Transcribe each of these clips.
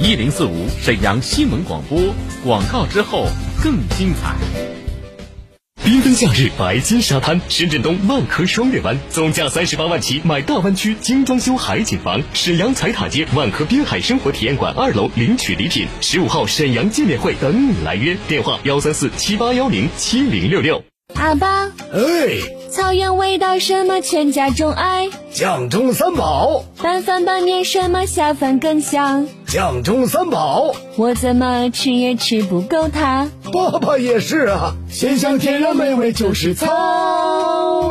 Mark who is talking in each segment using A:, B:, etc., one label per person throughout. A: 一零四五沈阳新闻广播广告之后更精彩。
B: 缤纷夏日，白金沙滩，深圳东漫科双月湾，总价三十八万起买大湾区精装修海景房。沈阳财塔街万科滨海生活体验馆二楼领取礼品，十五号沈阳见面会等你来约。电话幺三四七八幺零七零六六。
C: 阿爸，
D: 哎，
C: 草原味道什么全家钟爱，
D: 酱中三宝，
C: 拌饭拌面什么下饭更香，
D: 酱中三宝，
C: 我怎么吃也吃不够它。
D: 爸爸也是啊，鲜香天然美味就是草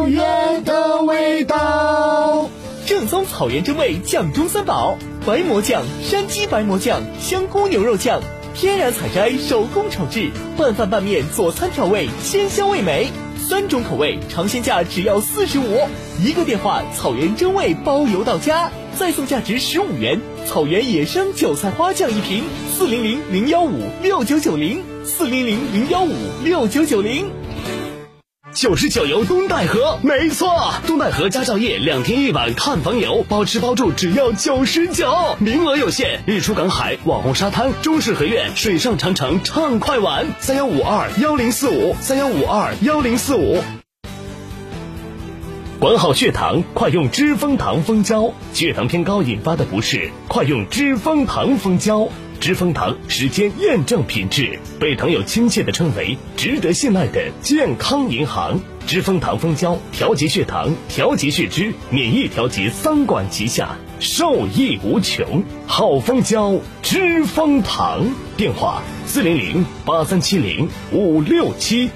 D: 原的味道。
E: 正宗草原真味酱中三宝：白馍酱、山鸡白馍酱、香菇牛肉酱。天然采摘，手工炒制，拌饭拌面佐餐调味，鲜香味美。三种口味，尝鲜价只要四十五，一个电话，草原真味包邮到家，再送价值十五元草原野生韭菜花酱一瓶，四零零零幺五六九九零，四零零零幺五六九九零。
B: 就是九游东戴河，没错，东戴河佳兆业两天一晚看房游，包吃包住只要九十九，名额有限。日出港海、网红沙滩、中式合院、水上长城畅快玩，三幺五二幺零四五，三幺五二幺零四五。管好血糖，快用知蜂堂蜂胶。血糖偏高引发的不适，快用知蜂堂蜂胶。知蜂堂时间验证品质，被糖友亲切地称为值得信赖的健康银行。知蜂堂蜂胶调节血糖、调节血脂、免疫调节三管齐下，受益无穷。好蜂胶，知蜂堂。电话：四零零八三七零五六七。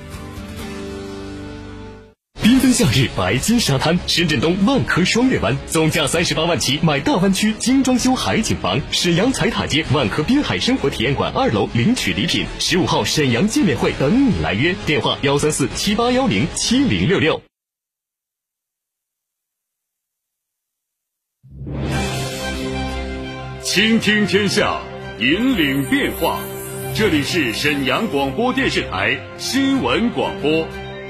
B: 缤纷夏日，白金沙滩，深圳东万科双月湾，总价三十八万起买大湾区精装修海景房。沈阳财塔街万科滨海生活体验馆二楼领取礼品，十五号沈阳见面会等你来约。电话幺三四七八幺零七零六六。
F: 倾听天下，引领变化。这里是沈阳广播电视台新闻广播。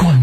B: 关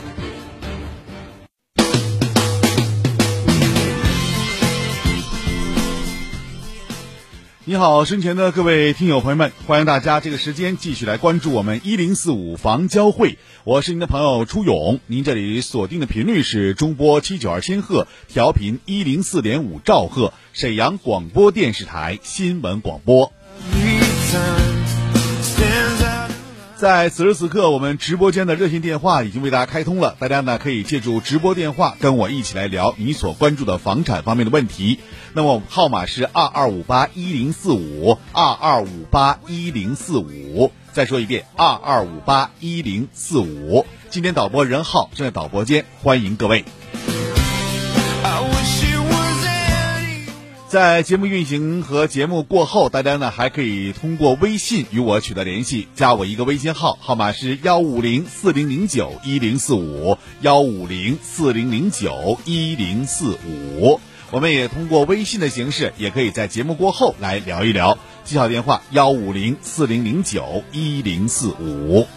G: 你好，身前的各位听友朋友们，欢迎大家这个时间继续来关注我们一零四五房交会，我是您的朋友初勇。您这里锁定的频率是中波七九二千赫，调频一零四点五兆赫，沈阳广播电视台新闻广播。在此时此刻，我们直播间的热线电话已经为大家开通了，大家呢可以借助直播电话跟我一起来聊你所关注的房产方面的问题。那么号码是二二五八一零四五二二五八一零四五，再说一遍二二五八一零四五。今天导播任浩正在导播间，欢迎各位。在节目运行和节目过后，大家呢还可以通过微信与我取得联系，加我一个微信号，号码是幺五零四零零九一零四五幺五零四零零九一零四五。我们也通过微信的形式，也可以在节目过后来聊一聊。记好电话幺五零四零零九一零四五。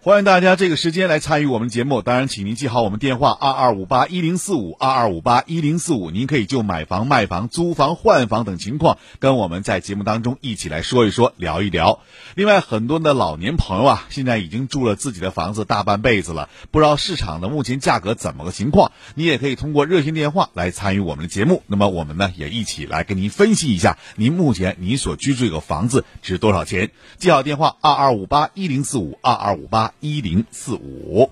G: 欢迎大家这个时间来参与我们节目，当然，请您记好我们电话二二五八一零四五二二五八一零四五，您可以就买房、卖房、租房、换房等情况跟我们在节目当中一起来说一说、聊一聊。另外，很多的老年朋友啊，现在已经住了自己的房子大半辈子了，不知道市场的目前价格怎么个情况，你也可以通过热线电话来参与我们的节目。那么，我们呢也一起来跟您分析一下，您目前你所居住这个房子值多少钱？记好电话二二五八一零四五二二五八。一零四五。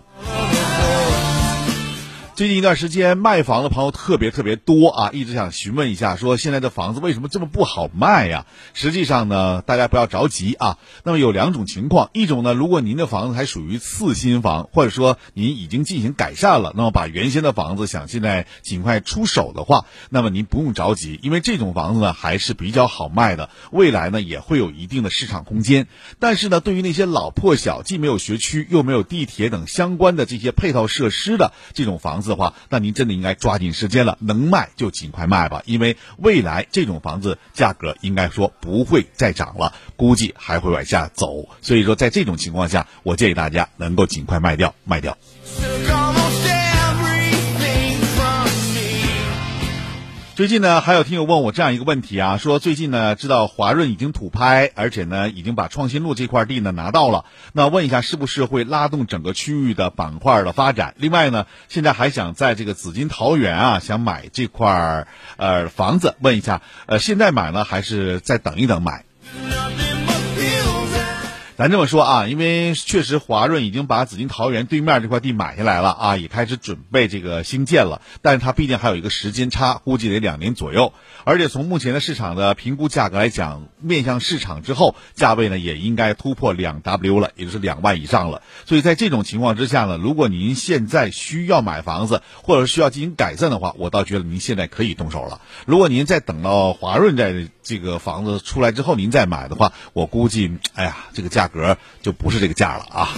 G: 最近一段时间，卖房的朋友特别特别多啊，一直想询问一下，说现在的房子为什么这么不好卖呀、实际上呢，大家不要着急啊。那么有两种情况，一种呢，如果您的房子还属于次新房，或者说您已经进行改善了，那么把原先的房子想现在尽快出手的话，那么您不用着急，因为这种房子呢还是比较好卖的，未来呢也会有一定的市场空间。但是呢，对于那些老破小，既没有学区，又没有地铁等相关的这些配套设施的这种房子的话，那您真的应该抓紧时间了，能卖就尽快卖吧，因为未来这种房子价格应该说不会再涨了，估计还会往下走。所以说，在这种情况下，我建议大家能够尽快卖掉，卖掉。最近呢，还有听友问我这样一个问题啊，说最近呢，知道华润已经土拍，而且呢，已经把创新路这块地呢拿到了。那问一下，是不是会拉动整个区域的板块的发展？另外呢，现在还想在这个紫金桃园啊，想买这块儿呃房子，问一下，呃，现在买呢，还是再等一等买？咱这么说啊，因为确实华润已经把紫金桃园对面这块地买下来了啊，也开始准备这个兴建了，但是它毕竟还有一个时间差，估计得两年左右。而且从目前的市场的评估价格来讲，面向市场之后，价位呢也应该突破两 W 了，也就是两万以上了。所以在这种情况之下呢，如果您现在需要买房子或者需要进行改善的话，我倒觉得您现在可以动手了。如果您再等到华润在这个房子出来之后您再买的话，我估计，哎呀，这个价格就不是这个价了啊。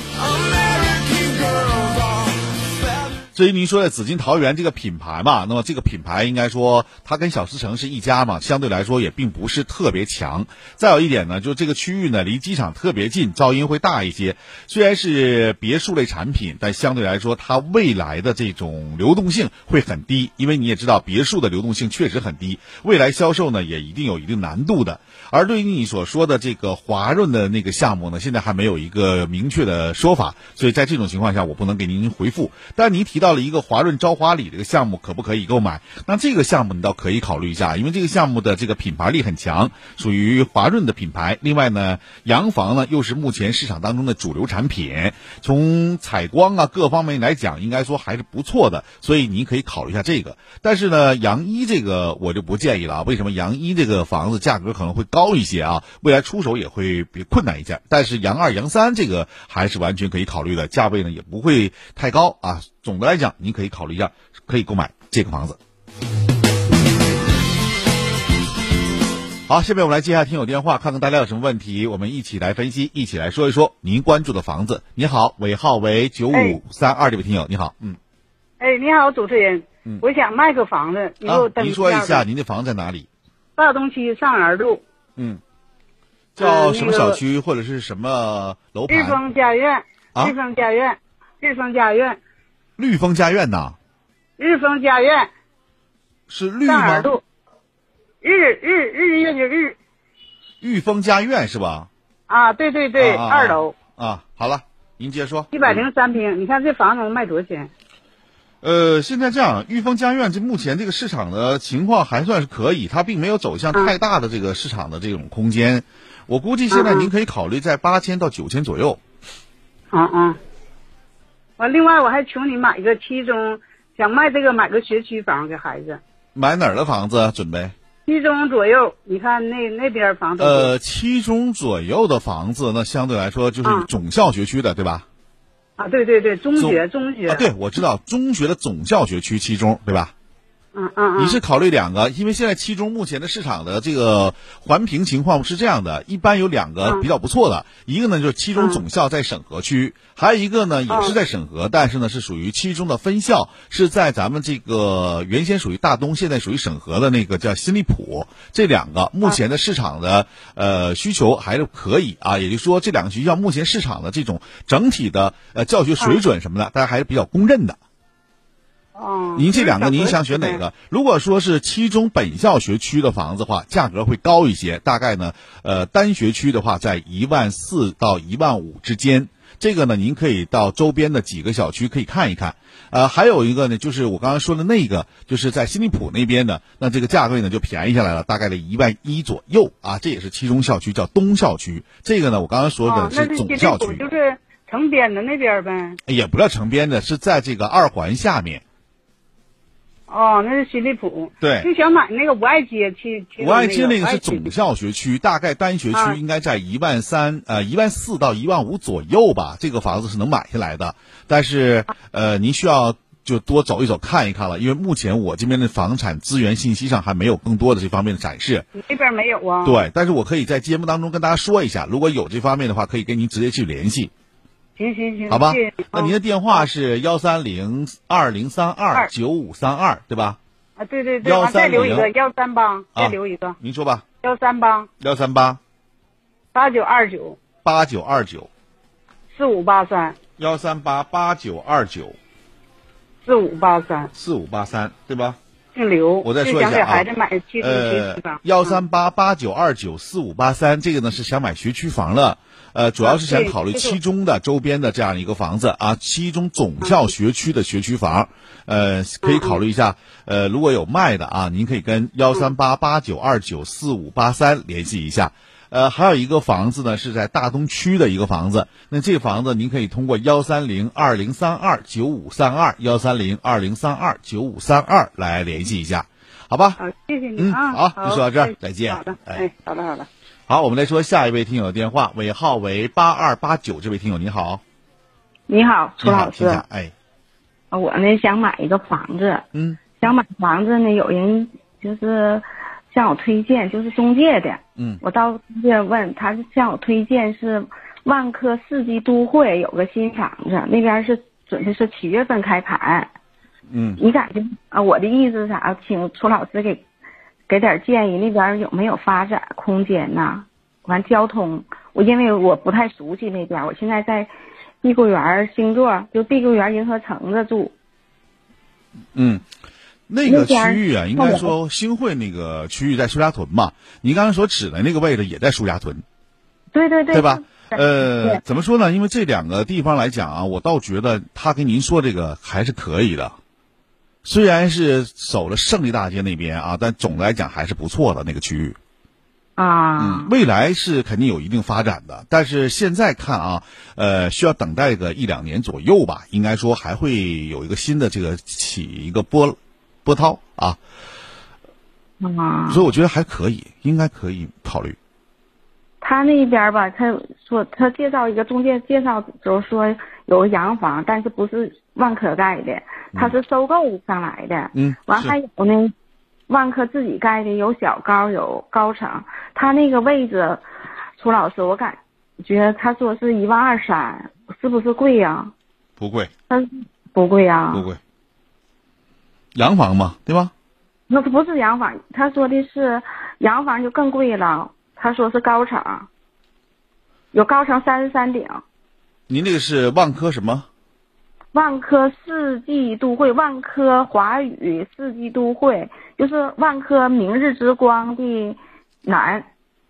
G: 至于您说的紫金桃园这个品牌嘛，那么这个品牌应该说它跟小石城是一家嘛，相对来说也并不是特别强。再有一点呢，就这个区域呢离机场特别近，噪音会大一些。虽然是别墅类产品，但相对来说它未来的这种流动性会很低，因为你也知道别墅的流动性确实很低，未来销售呢也一定有一定难度的。而对于你所说的这个华润的那个项目呢，现在还没有一个明确的说法，所以在这种情况下我不能给您回复。但您提到了一个华润朝华里这个项目，可不可以购买？那这个项目你倒可以考虑一下，因为这个项目的这个品牌力很强，属于华润的品牌。另外呢，洋房呢又是目前市场当中的主流产品，从采光啊各方面来讲，应该说还是不错的，所以您可以考虑一下这个。但是呢，洋一这个我就不建议了啊，为什么洋一这个房子价格可能会高一些啊？未来出手也会比困难一些。但是洋二、洋三这个还是完全可以考虑的，价位呢也不会太高啊。总的来讲，您可以考虑一下，可以购买这个房子。好，下面我们来接一下听友电话，看看大家有什么问题，我们一起来分析，一起来说一说您关注的房子。你好，尾号为九五三二这位听友，你好，嗯，
H: 哎，你好，主持人，
G: 嗯
H: 我想卖个房子，你给
G: 啊
H: 我，登
G: 您说一下
H: 下呗。
G: 您的房子在哪里？
H: 大东区上元路
G: 嗯，
H: 呃
G: 叫什么
H: 那个
G: 小区或者是什么楼
H: 日
G: 盘？
H: 丰家苑，
G: 啊
H: 日丰家苑，日丰家苑，
G: 绿丰家苑呐，
H: 日丰家苑
G: 是绿
H: 上元
G: 吗？
H: 路，日日日月的日
G: 玉丰家苑是吧？
H: 啊，对对对，
G: 啊啊啊
H: 二楼
G: 啊，好了，您接着说。
H: 一百零三
G: 嗯
H: 平，你看这房子能卖多少钱？
G: 呃，现在这样，裕丰家苑这目前这个市场的情况还算是可以，它并没有走向
H: 嗯
G: 太大的这个市场的这种空间。我估计现
H: 嗯
G: 在您可以考虑在八千到九千左右。
H: 啊啊，完，另外我还求你买个七中，想卖这个买个学区房给孩子，
G: 买哪儿的房子啊准备？
H: 七中左右，你看那那边房子多，
G: 呃，七中左右的房子，那相对来说就是
H: 嗯
G: 总校学区的，对吧？
H: 啊，对对对，中
G: 总
H: 学中学，
G: 啊，对，我知道中学的总校学区七中，对吧？
H: 嗯嗯嗯，
G: 你是考虑两个，因为现在七中目前的市场的这个环评情况是这样的，一般有两个
H: 嗯
G: 比较不错的，一个呢就是七中
H: 嗯
G: 总校在沈河区，还有一个呢也是在沈河，但是呢是属于七中的分校，是在咱们这个原先属于大东，现在属于沈河的那个叫新力浦，这两个
H: 嗯
G: 目前的市场的呃需求还是可以啊，也就是说这两个学校目前市场的这种整体的呃教学
H: 嗯
G: 水准什么的，大家还是比较公认的。
I: 嗯
H: 哦，
G: 您这两个您想选哪个？如果说是七中本校学区的房子的话，价格会高一些，大概呢，呃，单学区的话在一万四到一万五之间。这个呢，您可以到周边的几个小区可以看一看。呃，还有一个呢，就是我刚刚说的那个，就是在新利浦那边的，那这个价位呢就便宜下来了，大概在一万一左右啊。这也是七中校区，叫东校区。这个呢，我刚刚说
H: 哦
G: 的，
H: 那
G: 是总
H: 这
G: 校
H: 这
G: 区。
H: 股就是城边的那边呗。
G: 也不叫城边的，是在这个二环下面。
H: 哦，那是新利浦。
G: 对
H: 就想买那个五爱街七七。
G: 我爱街
H: 那
G: 那个是
H: 五爱街
G: 总校学区，大概单学
H: 啊
G: 区应该在一万三呃一万四到一万五左右吧，这个房子是能买下来的，但是呃您需要就多走一走看一看了，因为目前我这边的房产资源信息上还没有更多的这方面的展示。
H: 你那边没有啊？。
G: 对，但是我可以在节目当中跟大家说一下，如果有这方面的话，可以跟您直接去联系，
H: 行行行，
G: 好吧
H: 谢啊谢你？
G: 那您的电话是幺三零二零三二九五三二，对吧？
H: 啊，对对对，啊，
G: 1350
H: 再留一个幺三八，
G: 啊
H: 再留一个
G: 您说吧，
H: 幺三八
G: 幺三八
H: 八九二九
G: 八九二九
H: 四五八三
G: 幺三八八九二九。
H: 四五八三，
G: 四五八三，对吧？
H: 姓刘，
G: 我再说
H: 就
G: 一
H: 想给
G: 下
H: 孩
G: 啊
H: 子买七中学区
G: 呃
H: 房，，
G: 幺
H: 嗯
G: 三八八九二九四五八三，这个呢是想买学区房了，呃，主要是想考
H: 啊
G: 虑
H: 对这个
G: 七中的周边的这样一个房子啊，七中总校学区的学区房，呃，可以考虑一下，呃，如果有卖的啊，您可以跟幺三八八九二九四五八三联系一下。呃，还有一个房子呢，是在大东区的一个房子。那这个房子您可以通过幺三零二零三二九五三二幺三零二零三二九五三二来联系一下，好吧？
H: 好，谢谢你
G: 嗯
H: 啊。
G: 好就说到这儿再见
H: 好的，
G: 哎
H: 哎，好的，好的。
G: 好，我们来说下一位听友的电话，尾号为八二八九，这位听友您好，
I: 你好，
G: 你
I: 楚
G: 好，
I: 老
G: 请
I: 师，啊
G: 讲，哎，
I: 我呢想买一个房子，
G: 嗯，
I: 想买房子呢，有人就是向我推荐，就是中介的，
G: 嗯
I: 我到中介问，他是向我推荐是万科世纪都会有个新房子，那边是准备是七月份开盘，
G: 嗯，
I: 你感觉啊？我的意思是啥？请楚老师给给点建议，那边有没有发展空间呐？完交通，我因为我不太熟悉那边，我现在在碧桂园星座，就碧桂园银河城子住。
G: 嗯，那个
I: 那
G: 区
I: 边儿
G: 域啊，应该说新会那个区域在苏家屯嘛，您刚才所指的那个位置也在苏家屯，
I: 对对对，
G: 对吧？呃
I: 对，
G: 怎么说呢？因为这两个地方来讲啊，我倒觉得他跟您说这个还是可以的，虽然是走了胜利大街那边啊，但总的来讲还是不错的那个区域。
I: 啊
G: 嗯，，未来是肯定有一定发展的，但是现在看啊，呃，需要等待个一两年左右吧，应该说还会有一个新的这个起一个波波涛啊，
I: 啊，
G: 所以我觉得还可以，应该可以考虑。
I: 他那边吧，他说他介绍一个中介介绍，就是说有个洋房，但是不是万科盖的，他是收购上来的。
G: 嗯，
I: 完
G: 是
I: 还有呢，万科自己盖的有小高有高层，他那个位置，楚老师，我感觉他说是一万二三，是不是贵呀、
G: 不贵
I: 他不贵呀、
G: 不贵，洋房嘛，对吧？
I: 那不是洋房，他说的是洋房就更贵了，他说是高层，有高层三十三顶，
G: 您这个是万科什么？
I: 万科世纪都会，万科华语世纪都会，就是万科明日之光的南，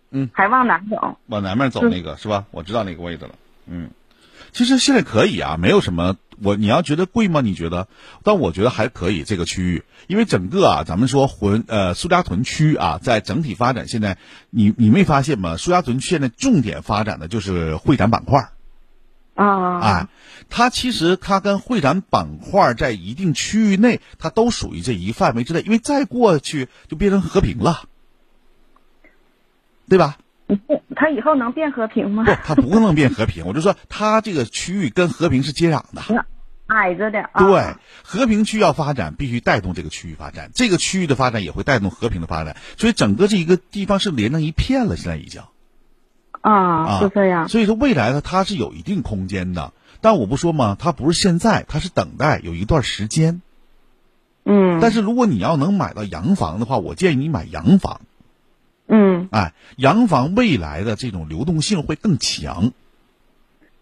G: 嗯，
I: 还往南走。
G: 往南面走那个是吧？我知道那个位置了。嗯，其实现在可以啊，没有什么。我你要觉得贵吗？你觉得？但我觉得还可以这个区域，因为整个啊，咱们说浑呃苏家屯区啊，在整体发展现在，你你没发现吗？苏家屯区现在重点发展的就是会展板块儿。
I: 啊
G: 哎，它其实它跟会展板块在一定区域内，它都属于这一范围之内，因为再过去就变成和平了，对吧？
I: 他以后能变和平吗
G: 不？，它不能变和平。我就说它这个区域跟和平是接壤的。
I: 矮着点啊。
G: 对，和平区要发展，必须带动这个区域发展，这个区域的发展也会带动和平的发展，所以整个这一个地方是连成一片了，现在已经。
I: 啊，
G: 啊，
I: 就这样。
G: 所以说未来呢，它是有一定空间的，但我不说嘛，它不是现在，它是等待有一段时间。
I: 嗯
G: 但是如果你要能买到洋房的话，我建议你买洋房，
I: 嗯，
G: 哎，洋房未来的这种流动性会更强。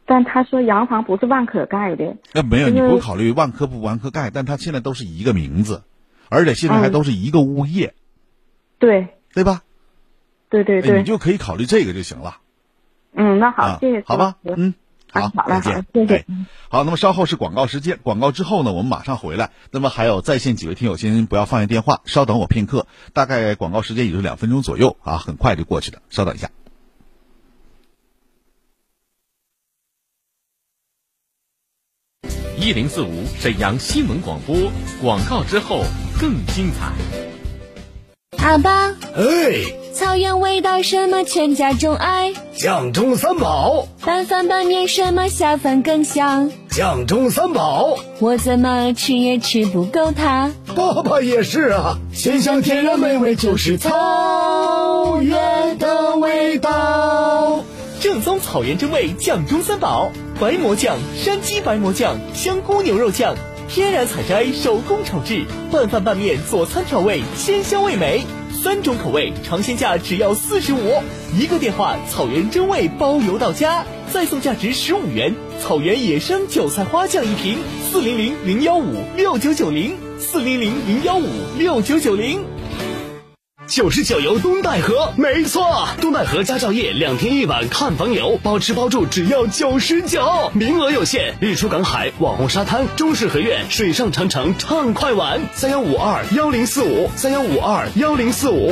I: 但他说洋房不是万科盖的。
G: 那没有，
I: 因
G: 你
I: 为
G: 不用考虑万科不万科盖，但它现在都是一个名字，而且现在还
I: 嗯
G: 都是一个物业，
I: 对
G: 对吧？
I: 对对
G: 哎
I: 对
G: 你。就可以考虑这个就行了。
I: 嗯，那好
G: 啊，，
I: 谢谢。
G: 好吧，
I: 谢谢
G: 嗯，好
I: 啊，好
G: 再
I: 了
G: 见
I: 好，谢谢嗯
G: 哎好，那么稍后是广告时间，广告之后呢，我们马上回来。那么还有在线几位听友，先不要放下电话，稍等我片刻，大概广告时间也就两分钟左右啊，很快就过去的，稍等一下。
A: 一零四五沈阳新闻广播，广告之后更精彩。
C: 阿爸，
D: 哎，
C: 草原味道什么全家钟爱，
D: 酱中三宝，
C: 拌饭拌面什么下饭更香，
D: 酱中三宝，
C: 我怎么吃也吃不够它。
D: 爸爸也是啊，咸香甜辣美味就是草原的味道。
E: 正宗草原真味酱中三宝：白馍酱、山鸡白馍酱、香菇牛肉酱，天然采摘，手工炒制，拌饭拌面佐餐调味，鲜香味美。三种口味，尝鲜价只要四十五，一个电话，草原真味包邮到家，再送价值十五元草原野生韭菜花酱一瓶，四零零零幺五六九九零，四零零零幺五六九九零。
B: 九十九游东戴河，没错，东戴河佳兆业两天一晚看房游，包吃包住只要九十九，名额有限，日出港海、网红沙滩、中式合苑、水上长城畅快玩，三幺五二幺零四五，三幺五二幺零四五。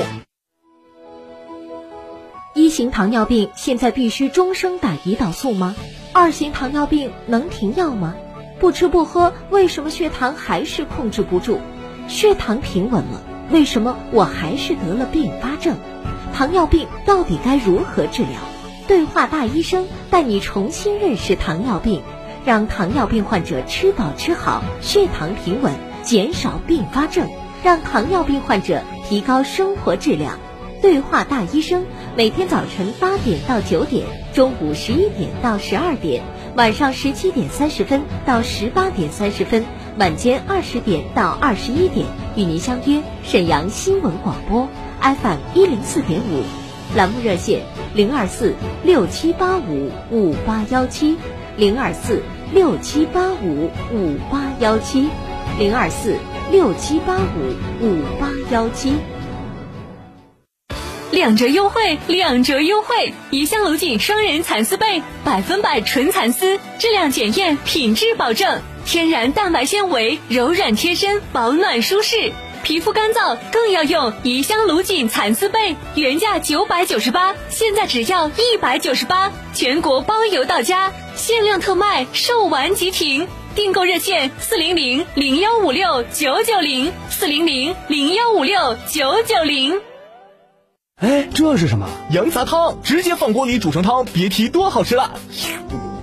J: 一型糖尿病现在必须终生打胰岛素吗？二型糖尿病能停药吗？不吃不喝，为什么血糖还是控制不住？血糖平稳了，为什么我还是得了并发症？糖尿病到底该如何治疗？对话大医生带你重新认识糖尿病，让糖尿病患者吃饱吃好，血糖平稳，减少并发症，让糖尿病患者提高生活质量。对话大医生，每天早晨八点到九点，中午十一点到十二点，晚上十七点三十分到十八点三十分，晚间二十点到二十一点，与您相约沈阳新闻广播 FM 一零四点五，栏目热线零二四六七八五五八幺七，零二四六七八五五八幺七，零二四六七八五五八幺七。
K: 两折优惠，两折优惠！怡香卢锦双人蚕丝被，百分百纯蚕丝，质量检验，品质保证，天然蛋白纤维，柔软贴身，保暖舒适。皮肤干燥更要用怡香卢锦蚕丝被，原价九百九十八，现在只要一百九十八，全国包邮到家，限量特卖，售完即停。订购热线：四零零零幺五六九九零，四零零零幺五六九九零。
E: 哎，这是什么？羊杂汤，直接放锅里煮成汤，别提多好吃了。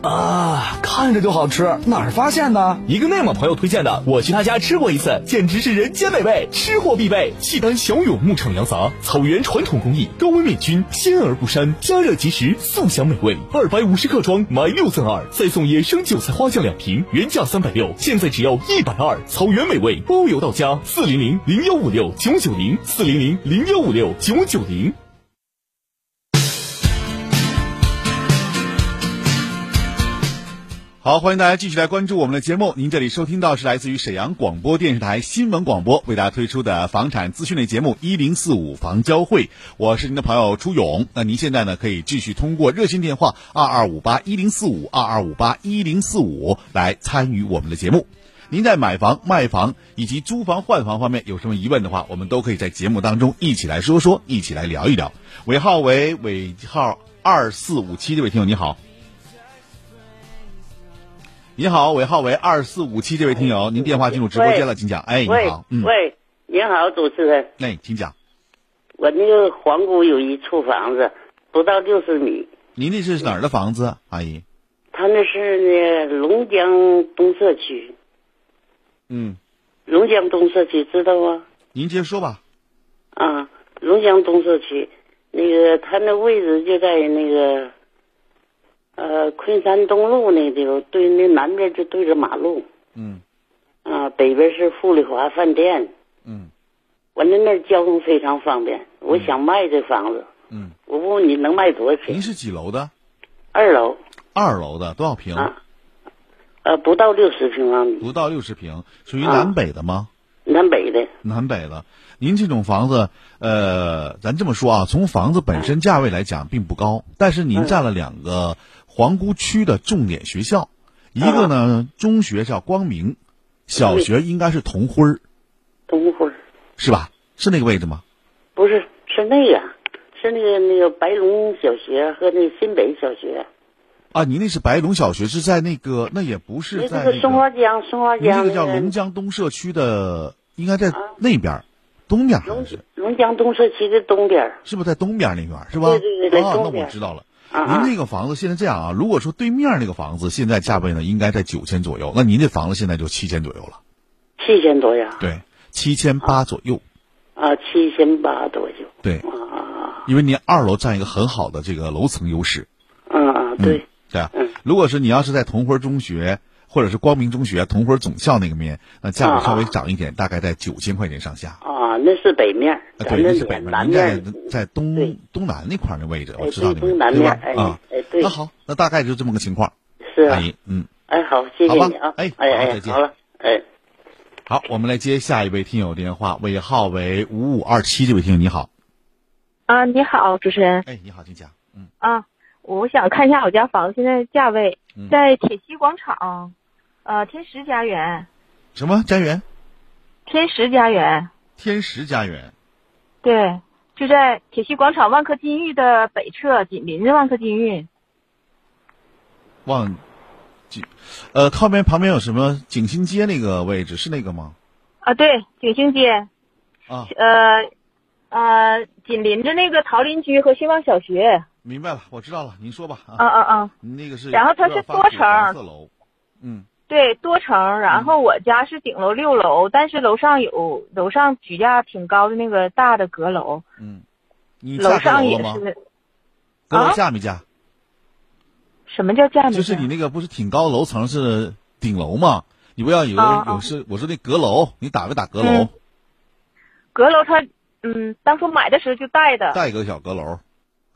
D: 啊，看着就好吃，哪儿发现的？
E: 一个内蒙朋友推荐的，我去他家吃过一次，简直是人间美味，吃货必备。契丹小勇牧场羊杂，草原传统工艺，高温灭菌，鲜而不膻，加热即食，速享美味。二百五十克装，买六赠二，再送野生韭菜花酱两瓶，原价三百六，现在只要一百二。草原美味，包邮到家。四零零零幺五六九九零，四零零零幺五六九九零。
G: 好，欢迎大家继续来关注我们的节目。您这里收听到是来自于沈阳广播电视台新闻广播为大家推出的房产资讯类节目《一零四五房交会》，我是您的朋友朱勇。那您现在呢，可以继续通过热线电话二二五八一零四五二二五八一零四五来参与我们的节目。您在买房、卖房以及租房、换房方面有什么疑问的话，我们都可以在节目当中一起来说说，一起来聊一聊。尾号为尾号二四五七，这位听友你好。您好，尾号为二四五七，这位听友，您电话进入直播间了，请讲。哎，你
L: 哎喂
G: 好，嗯，
L: 喂，您好，主持人，
G: 哎，请讲。
L: 我那个皇姑有一处房子，不到六十米，
G: 您这是哪儿的房子，阿姨？
L: 他那是呢龙江东社区，
G: 嗯，
L: 龙江东社区知道吗？
G: 您接着说吧。
L: 啊，龙江东社区，那个他那位置就在那个，呃，昆山东路那地方，对，那南边就对着马路，
G: 嗯
L: 啊，北边是富丽华饭店，
G: 嗯
L: 完了那儿交通非常方便。我想卖这房子，
G: 嗯，
L: 我问你能卖多少钱
G: 您？是几楼的？
L: 二楼
G: 二楼的，多少平？
L: 啊，呃，不到六十平方米，
G: 不到六十平，属于
L: 啊
G: 南北的吗？
L: 南北的。
G: 南北的。您这种房子，呃，咱这么说啊，从房子本身价位来讲并不高，但是您占了两个皇姑区的重点学校，一个
L: 啊
G: 呢中学叫光明，小学应该是同辉儿，
L: 东辉儿
G: 是吧？是那个位置吗？
L: 不是是那个，是那个那个白龙小学和那新北小学，
G: 啊，您那是白龙小学，是在那个那也不是在
L: 那个松花江，松花
G: 您那
L: 江
G: 个叫
L: 那个
G: 龙江东社区的，应该
L: 啊
G: 在那边儿，东边儿好像是
L: 龙江东社区的东边儿
G: 是不是在东边儿那边儿是吧？
L: 对对对在
G: 啊，
L: 东
G: 那
L: 边
G: 我
L: 儿
G: 知道了。
L: 啊
G: 您那个房子现在这样啊，如果说对面儿那个房子现在价位呢，应该在九千左右，那您这房子现在就七千左右了，
L: 七千多呀，
G: 对，七千八左右，
L: 啊，七千八多就，
G: 对，
L: 啊
G: 因为您二楼占一个很好的这个楼层优势，
L: 嗯啊，对，
G: 嗯，对啊。如果是你要是在同辉中学或者是光明中学、同辉总校那个面，那价格稍微涨一点，大概在九千块钱上下。
L: 啊，那是北面儿，
G: 啊，
L: 咱
G: 对，
L: 这
G: 那是北面，
L: 南
G: 您
L: 面
G: 在
L: 儿，
G: 在东东南那块儿的位置，
L: 哎
G: 我知道
L: 对
G: 你
L: 东
G: 们
L: 南
G: 对
L: 面
G: 吧？
L: 哎
G: 啊，
L: 哎对
G: 那好，那大概就这么个情况。
L: 是
G: 阿
L: 啊，
G: 姨，嗯，
L: 哎好，谢
G: 好吧
L: 谢你啊，
G: 哎
L: 哎
G: 好
L: 哎
G: 再，见
L: 好了，哎，
G: 好，我们来接下一位听友电话，尾号为五五二七，这位听友你好，
M: 啊，你好，主持人。
G: 哎，你好，金佳，
M: 啊，我想看一下我家房子现在价位，
G: 嗯
M: 在铁西广场，呃，天石家园，
G: 什么家园？
M: 天石家园，
G: 天石家园，
M: 对，就在铁西广场万科金域的北侧，紧邻着万科金域。
G: 望，景，呃，靠边旁边有什么景新街那个位置是那个吗？
M: 啊，对，景星街，
G: 啊，
M: 呃，呃，紧邻着那个桃林居和兴旺小学。
G: 明白了，我知道了，您说吧啊。
M: 啊啊啊！
G: 那个是，
M: 然后它是多层
G: 黄色楼，嗯，
M: 对，多层。然后我家是顶楼六楼，但是楼上有楼上举架挺高的那个大的阁楼，
G: 嗯你
M: 楼
G: 嫁给
M: 上
G: 楼
M: 也
G: 了吗？
M: 是。
G: 阁楼
M: 啊
G: 嫁没嫁？
M: 什么叫嫁没嫁？
G: 就是你那个不是挺高楼层是顶楼吗？你不要以为
M: 啊嗯啊
G: 有是，我说那阁楼，你打没打阁楼？
M: 阁楼它，嗯，当初买的时候就带的，
G: 带一个小阁楼，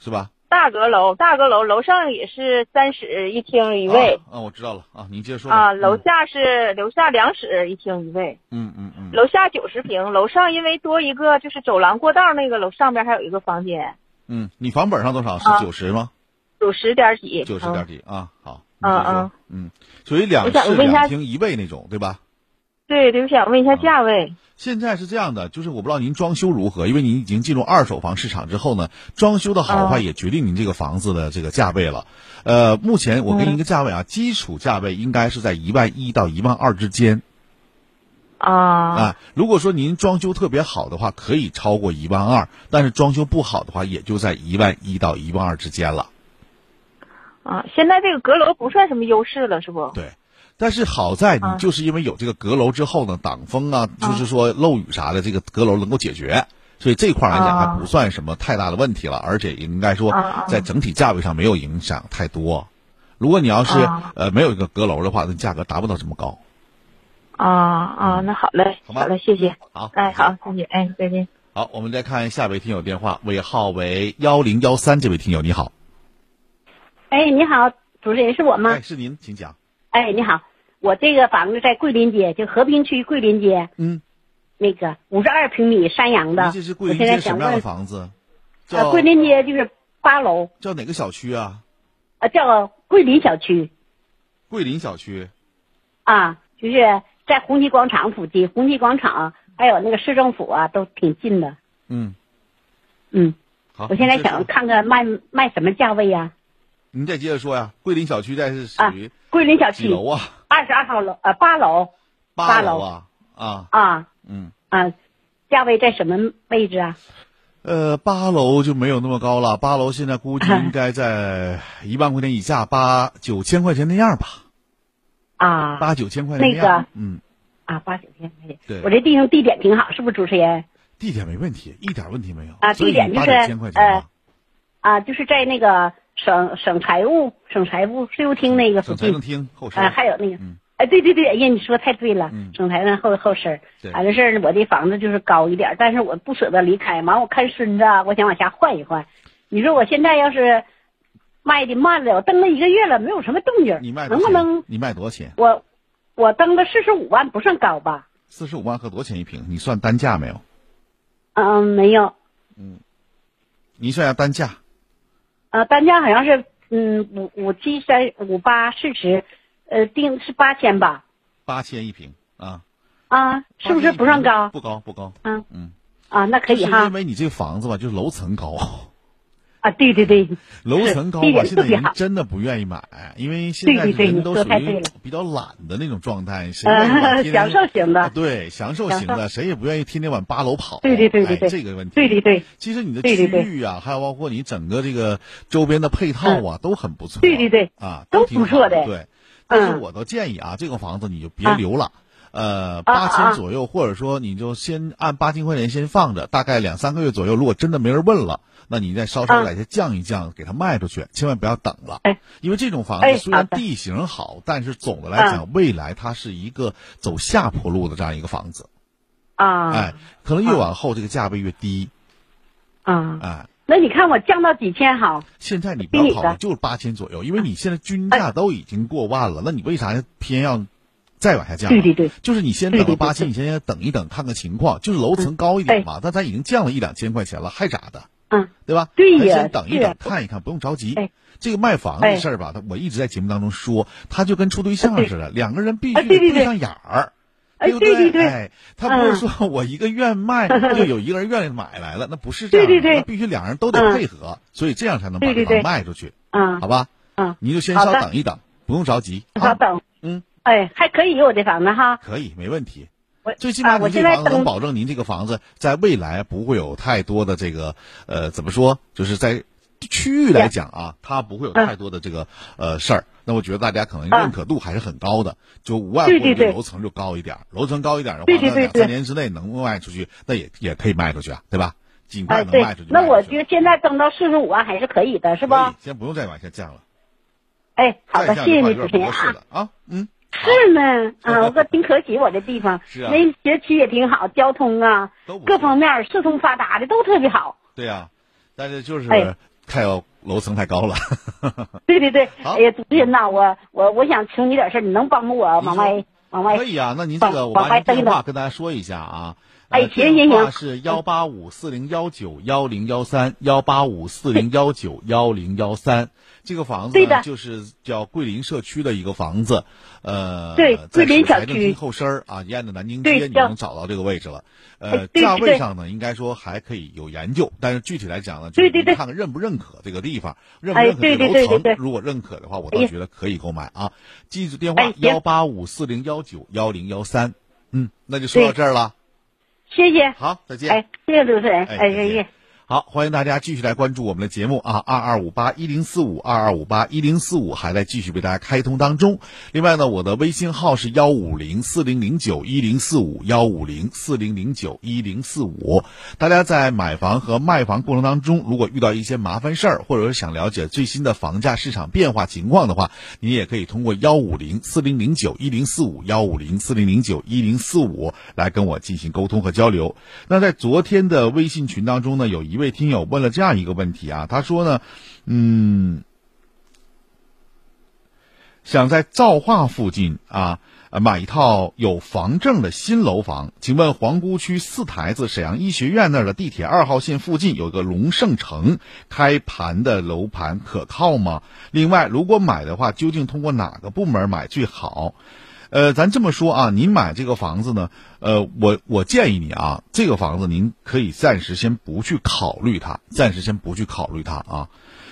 G: 是吧？
M: 大阁楼，大阁楼楼上也是三室一厅一卫
G: 啊，我知道了啊，您接着说吧
M: 啊，楼
G: 嗯
M: 下是楼下两室一厅一卫，
G: 嗯嗯嗯，
M: 楼下九十平，楼上因为多一个就是走廊过道那个楼上边还有一个房间，
G: 嗯，你房本上多少是
M: 啊
G: 九十吗？
M: 九十点几，
G: 九十点几啊？好，你
M: 嗯
G: 接着说
M: 嗯，
G: 嗯，属于两
M: 我想
G: 室
M: 问一下
G: 两厅一卫那种，对吧？
M: 对对，我想问一
G: 啊
M: 下价位，
G: 现在是这样的，就是我不知道您装修如何，因为您已经进入二手房市场之后呢，装修的好坏
M: 哦
G: 也决定您这个房子的这个价位了。呃，目前我给您一个价位啊，基础价位应该是在一万一到一万二之间
M: 啊
G: 啊。如果说您装修特别好的话，可以超过一万二，但是装修不好的话，也就在一万一到一万二之间了。
M: 啊，现在这个阁楼不算什么优势了，是不？
G: 对，但是好在你
M: 啊
G: 就是因为有这个阁楼之后呢，挡风啊，就是说漏雨啥的，这个阁楼能够解决，所以这块儿来讲
M: 啊
G: 还不算什么太大的问题了，而且应该说
M: 啊啊
G: 在整体价位上没有影响太多。如果你要是
M: 啊
G: 呃没有一个阁楼的话，那价格达不到这么高。
M: 啊啊，那好嘞，
G: 嗯好吧嗯
M: 好嘞，谢谢，
G: 好，
M: 哎，好，谢谢，哎，再见。
G: 好，我们再看下位听友电话，尾号为幺零幺三，这位听友你好，
N: 哎，你好，主持人是我吗
G: 哎，？是您，请讲。
N: 哎，你好，我这个房子在桂林街，就和平区桂林街，
G: 嗯，
N: 那个五十二平米山羊的。
G: 您这是桂林
N: 我现
G: 街
N: 在
G: 什
N: 想
G: 么样的
N: 问，
G: 房子？
N: 呃，
G: 叫
N: 桂林街就是八楼，
G: 叫哪个小区啊？
N: 呃，叫桂林小区
G: 桂林小区。
N: 啊，就是在红旗广场附近，红旗广场还有那个市政府啊，都挺近的。
G: 嗯
N: 嗯，
G: 好，
N: 我现在
G: 您接着
N: 想
G: 说
N: 看看卖卖什么价位啊呀、
G: 您再接着说呀，桂林小区在是属于
N: 啊桂林小
G: 几
N: 区
G: 楼啊？
N: 二十二号楼，呃，八楼八
G: 楼
N: 楼
G: 啊啊，
N: 啊
G: 嗯，
N: 啊，价位在什么位置啊？
G: 呃，八楼就没有那么高了，八楼现在估
N: 啊
G: 计应该在一万块钱以下，八九千块钱那样吧，
N: 啊，
G: 八九千块钱
N: 那
G: 样。
N: 个
G: 嗯，
N: 啊，八九千块钱。
G: 对
N: 我这地方地点挺好，是不是主持人？
G: 地点没问题，一点问题没有
N: 啊，
G: 所
N: 地
G: 以
N: 点
G: 你
N: 就
G: 八
N: 是
G: 九千块钱
N: 呃
G: 嘛，
N: 啊，就是在那个省省财务省财务税务厅那个附
G: 省财
N: 近
G: 政。厅后身嗯
N: 啊，还有那个，哎，对对对，哎呀，你说太对了，省财政后后身。
G: 对
N: 完了事儿，我这房子就是高一点，但是我不舍得离开。完，我看孙子啊，我想往下换一换。你说我现在要是卖的慢了，我蹬了一个月了，没有什么动静儿，
G: 你卖多
N: 能
G: 少
N: 不
G: 钱？
N: 能
G: 你卖多少钱？
N: 我我蹬个四十五万不算高吧？
G: 四十五万和多少钱一平？你算单价没有？
N: 嗯，没有。
G: 你算下单价，
N: 呃，单价好像是嗯五五七三五八四十，呃，定是八千吧？
G: 八千一平啊，
N: 啊，是不是不算高？
G: 不高不高。
N: 嗯
G: 嗯
N: 啊，那可以
G: 就是因
N: 哈
G: 为你这个房子吧，就是楼层高，
N: 啊，对对对，
G: 楼层高
N: 地
G: 吧，
N: 点
G: 现
N: 特
G: 在
N: 别
G: 人
N: 好
G: 真的不愿意买，因为现在
N: 对对对
G: 人都
N: 你说
G: 属
N: 太对
G: 于
N: 了
G: 比较懒的那种状态，谁愿意
N: 呃
G: 往，天
N: 享
G: 天
N: 受型的，
G: 对，享受型
N: 享
G: 的，谁也不愿意天天往八楼跑。
N: 对对对对对
G: 哎，这个问题。
N: 对对对，
G: 其实你的
N: 对
G: 区
N: 对对
G: 域啊，还有包括你整个这个周边的配套啊，都很不错。
N: 嗯对对对，
G: 啊，
N: 都
G: 挺
N: 不
G: 好
N: 错
G: 的。
N: 的
G: 对，但是
N: 嗯，
G: 我倒建议啊，这个房子你就别
N: 啊
G: 留了。呃，
N: 啊
G: 八千
N: 啊
G: 左右，或者说你就先按八千块钱先放着，大概两三个月左右，如果真的没人问了，那你再稍稍
N: 啊
G: 给它降一降，给它卖出去，千万不要等了。因为这种房
N: 哎
G: 子虽然
N: 好的嗯
G: 地形好，但是总的来讲，未来它是一个走下坡路的这样一个房子。
N: 啊，
G: 哎，可能越往后这个价位越低。
N: 啊，
G: 哎，
N: 那你看我降到几千好？
G: 现在你不
N: 听
G: 要
N: 你
G: 考虑
N: 的，哎
G: 就是八千左右，因为你现在均价都已经过万了，那你为啥偏要再往下降啊？
N: 对对对
G: 就是你先
N: 对
G: 等到
N: 对对哎
G: 八千，你先等一等，看看情况，就是楼层高一点嘛，但咱已经降了一两千块钱了，还咋的？
N: 嗯，
G: 对吧？
N: 对
G: 咱
N: 呀
G: 先等一
N: 是
G: 等
N: 呀，
G: 看一看，不用着急
N: 哎。
G: 这个卖房
N: 哎
G: 这事儿吧，它我一直在节目当中说，它就跟处对象似的，两个人必须
N: 哎对对
G: 得
N: 对
G: 上眼儿。
N: 哎
G: 不
N: 对对对
G: 哎，他不是
N: 嗯
G: 说我一个愿 卖，就有一个人愿意买来了，那不是这
N: 对
G: 样的，
N: 对对
G: 那必须两人都得
N: 嗯
G: 配合，所以这样才能把
N: 对
G: 这
N: 对
G: 房
N: 对
G: 卖出去，
N: 嗯
G: 好吧？
N: 嗯，
G: 你就先
N: 好
G: 稍
N: 的
G: 等一等，不用着急，
N: 稍等，
G: 嗯，
N: 哎，还可以，我这房子哈，
G: 可以，没问题。
N: 我
G: 最起码
N: 啊，
G: 您
N: 我
G: 这
N: 现在
G: 房子能
N: 登
G: 保证您这个房子在未来不会有太多的这个呃，怎么说，就是在区域来讲啊，它不会有
N: 嗯
G: 太多的这个呃事儿。那我觉得大家可能认可度还是很高的，就无外乎
N: 对对
G: 这个
N: 对
G: 楼层就高一点儿，楼层高一点儿的话，
N: 对对
G: 那
N: 对
G: 两
N: 对
G: 三年之内能卖出去，那也也可以卖出去啊，对吧？尽快
N: 哎，
G: 能
N: 对
G: 卖出，去。
N: 那
G: 卖
N: 我
G: 出去
N: 就现在登到四十五万啊还是可以的，是不？
G: 可以，先不用再往下降了，
N: 哎，好
G: 再
N: 的，
G: 降
N: 谢谢
G: 话
N: 你
G: 有
N: 主
G: 点
N: 持
G: 不合
N: 人
G: 适
N: 啊
G: 了。啊，嗯。
N: 是呢， 啊，我挺可喜我这地方，
G: 是啊
N: 那学区也挺好，交通啊，各方面四通八达的都特 别好。
G: 对呀、但是就是
N: 哎
G: 太有楼层太高了。
N: 对对对，哎呀，主持人呐，我我我想求你点事儿，你能帮帮我 哎往外往外？
G: 可以啊，那您这个我把
N: 往外
G: 您电
N: 登
G: 话
N: 的，
G: 跟大家说一下啊。
N: 哎
G: 呃
N: 行
G: 电
N: 行
G: 话
N: 行
G: 是幺八五四零幺九幺零幺三幺八五四零幺九幺零幺三。这个房子
N: 对
G: 呢，
N: 的
G: 就是叫桂林社区的一个房子，呃，
N: 对
G: 在
N: 桂林
G: 市
N: 小
G: 财政
N: 区
G: 厅后身儿啊，沿着南京
N: 对
G: 街你就
N: 叫
G: 能找到这个位置了。呃
N: 哎，对
G: 价
N: 对
G: 位
N: 对
G: 上呢，应该说还可以有研究，但是具体来讲呢，就
N: 对
G: 是
N: 对
G: 您
N: 对
G: 看看认不认可这个地方，认不
N: 哎
G: 认可这个
N: 对对对
G: 楼层
N: 对对。
G: 如果认可的话，我
N: 哎
G: 倒
N: 呀
G: 觉得可以购买啊。记住电话
N: 哎
G: 幺
N: 行
G: 八五四零幺九幺零幺三。嗯，那就说到
N: 对
G: 这儿了。
N: 谢谢。
G: 好，再见。
N: 哎，谢谢主持人，
G: 哎
N: 哎，
G: 再见
N: 谢谢。
G: 好，欢迎大家继续来关注我们的节目啊，二二五八一零四五，二二五八一零四五还在继续为大家开通当中。另外呢，我的微信号是幺五零四零零九一零四五，幺五零四零零九一零四五。大家在买房和卖房过程当中，如果遇到一些麻烦事儿，或者是想了解最新的房价市场变化情况的话，您也可以通过幺五零四零零九一零四五，幺五零四零零九一零四五来跟我进行沟通和交流。那在昨天的微信群当中呢，有一位听友问了这样一个问题啊，他说呢，嗯，想在造化附近啊呃买一套有房证的新楼房，请问皇姑区四台子沈阳医学院那儿的地铁二号线附近有个龙盛城开盘的楼盘可靠吗？另外，如果买的话，究竟通过哪个部门买最好？呃，咱这么说啊，您买这个房子呢，呃，我我建议你啊，这个房子您可以暂时先不去考虑它，暂时先不去考虑它啊。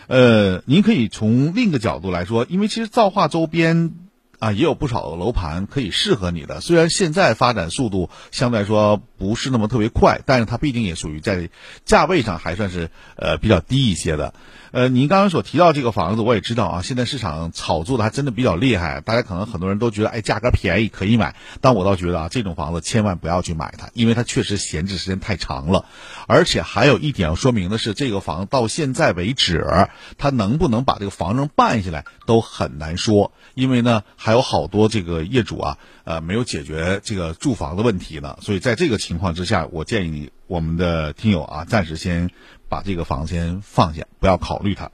G: 呃，您可以从另一个角度来说，因为其实造化周边啊也有不少的楼盘可以适合你的。虽然现在发展速度相对来说不是那么特别快，但是它毕竟也属于在价位上还算是呃比较低一些的。呃，您刚刚所提到这个房子，我也知道啊，现在市场炒作的还真的比较厉害，大家可能很多人都觉得哎价格便宜可以买，但我倒觉得啊这种房子千万不要去买它，因为它确实闲置时间太长了，而且还有一点要说明的是，这个房到现在为止，它能不能把这个房证办下来都很难说，因为呢还有好多这个业主啊，呃没有解决这个住房的问题呢，所以在这个情况之下，我建议你我们的听友啊，暂时先把这个房先放下，不要考虑它。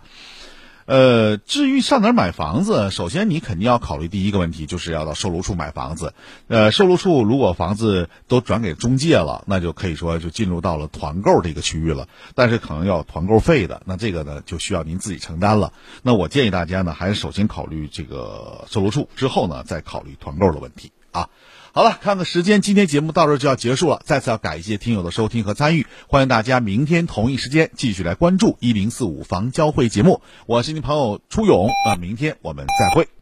G: 呃，至于上哪儿买房子，首先你肯定要考虑第一个问题，就是要到售楼处买房子。呃，售楼处如果房子都转给中介了，那就可以说就进入到了团购这个区域了，但是可能要有团购费的，那这个呢就需要您自己承担了。那我建议大家呢，还是首先考虑这个售楼处，之后呢再考虑团购的问题啊。好了，看看时间，今天节目到这儿就要结束了。再次要感谢听友的收听和参与，欢迎大家明天同一时间继续来关注一零四五房交会节目。我是您朋友初勇啊，明天我们再会。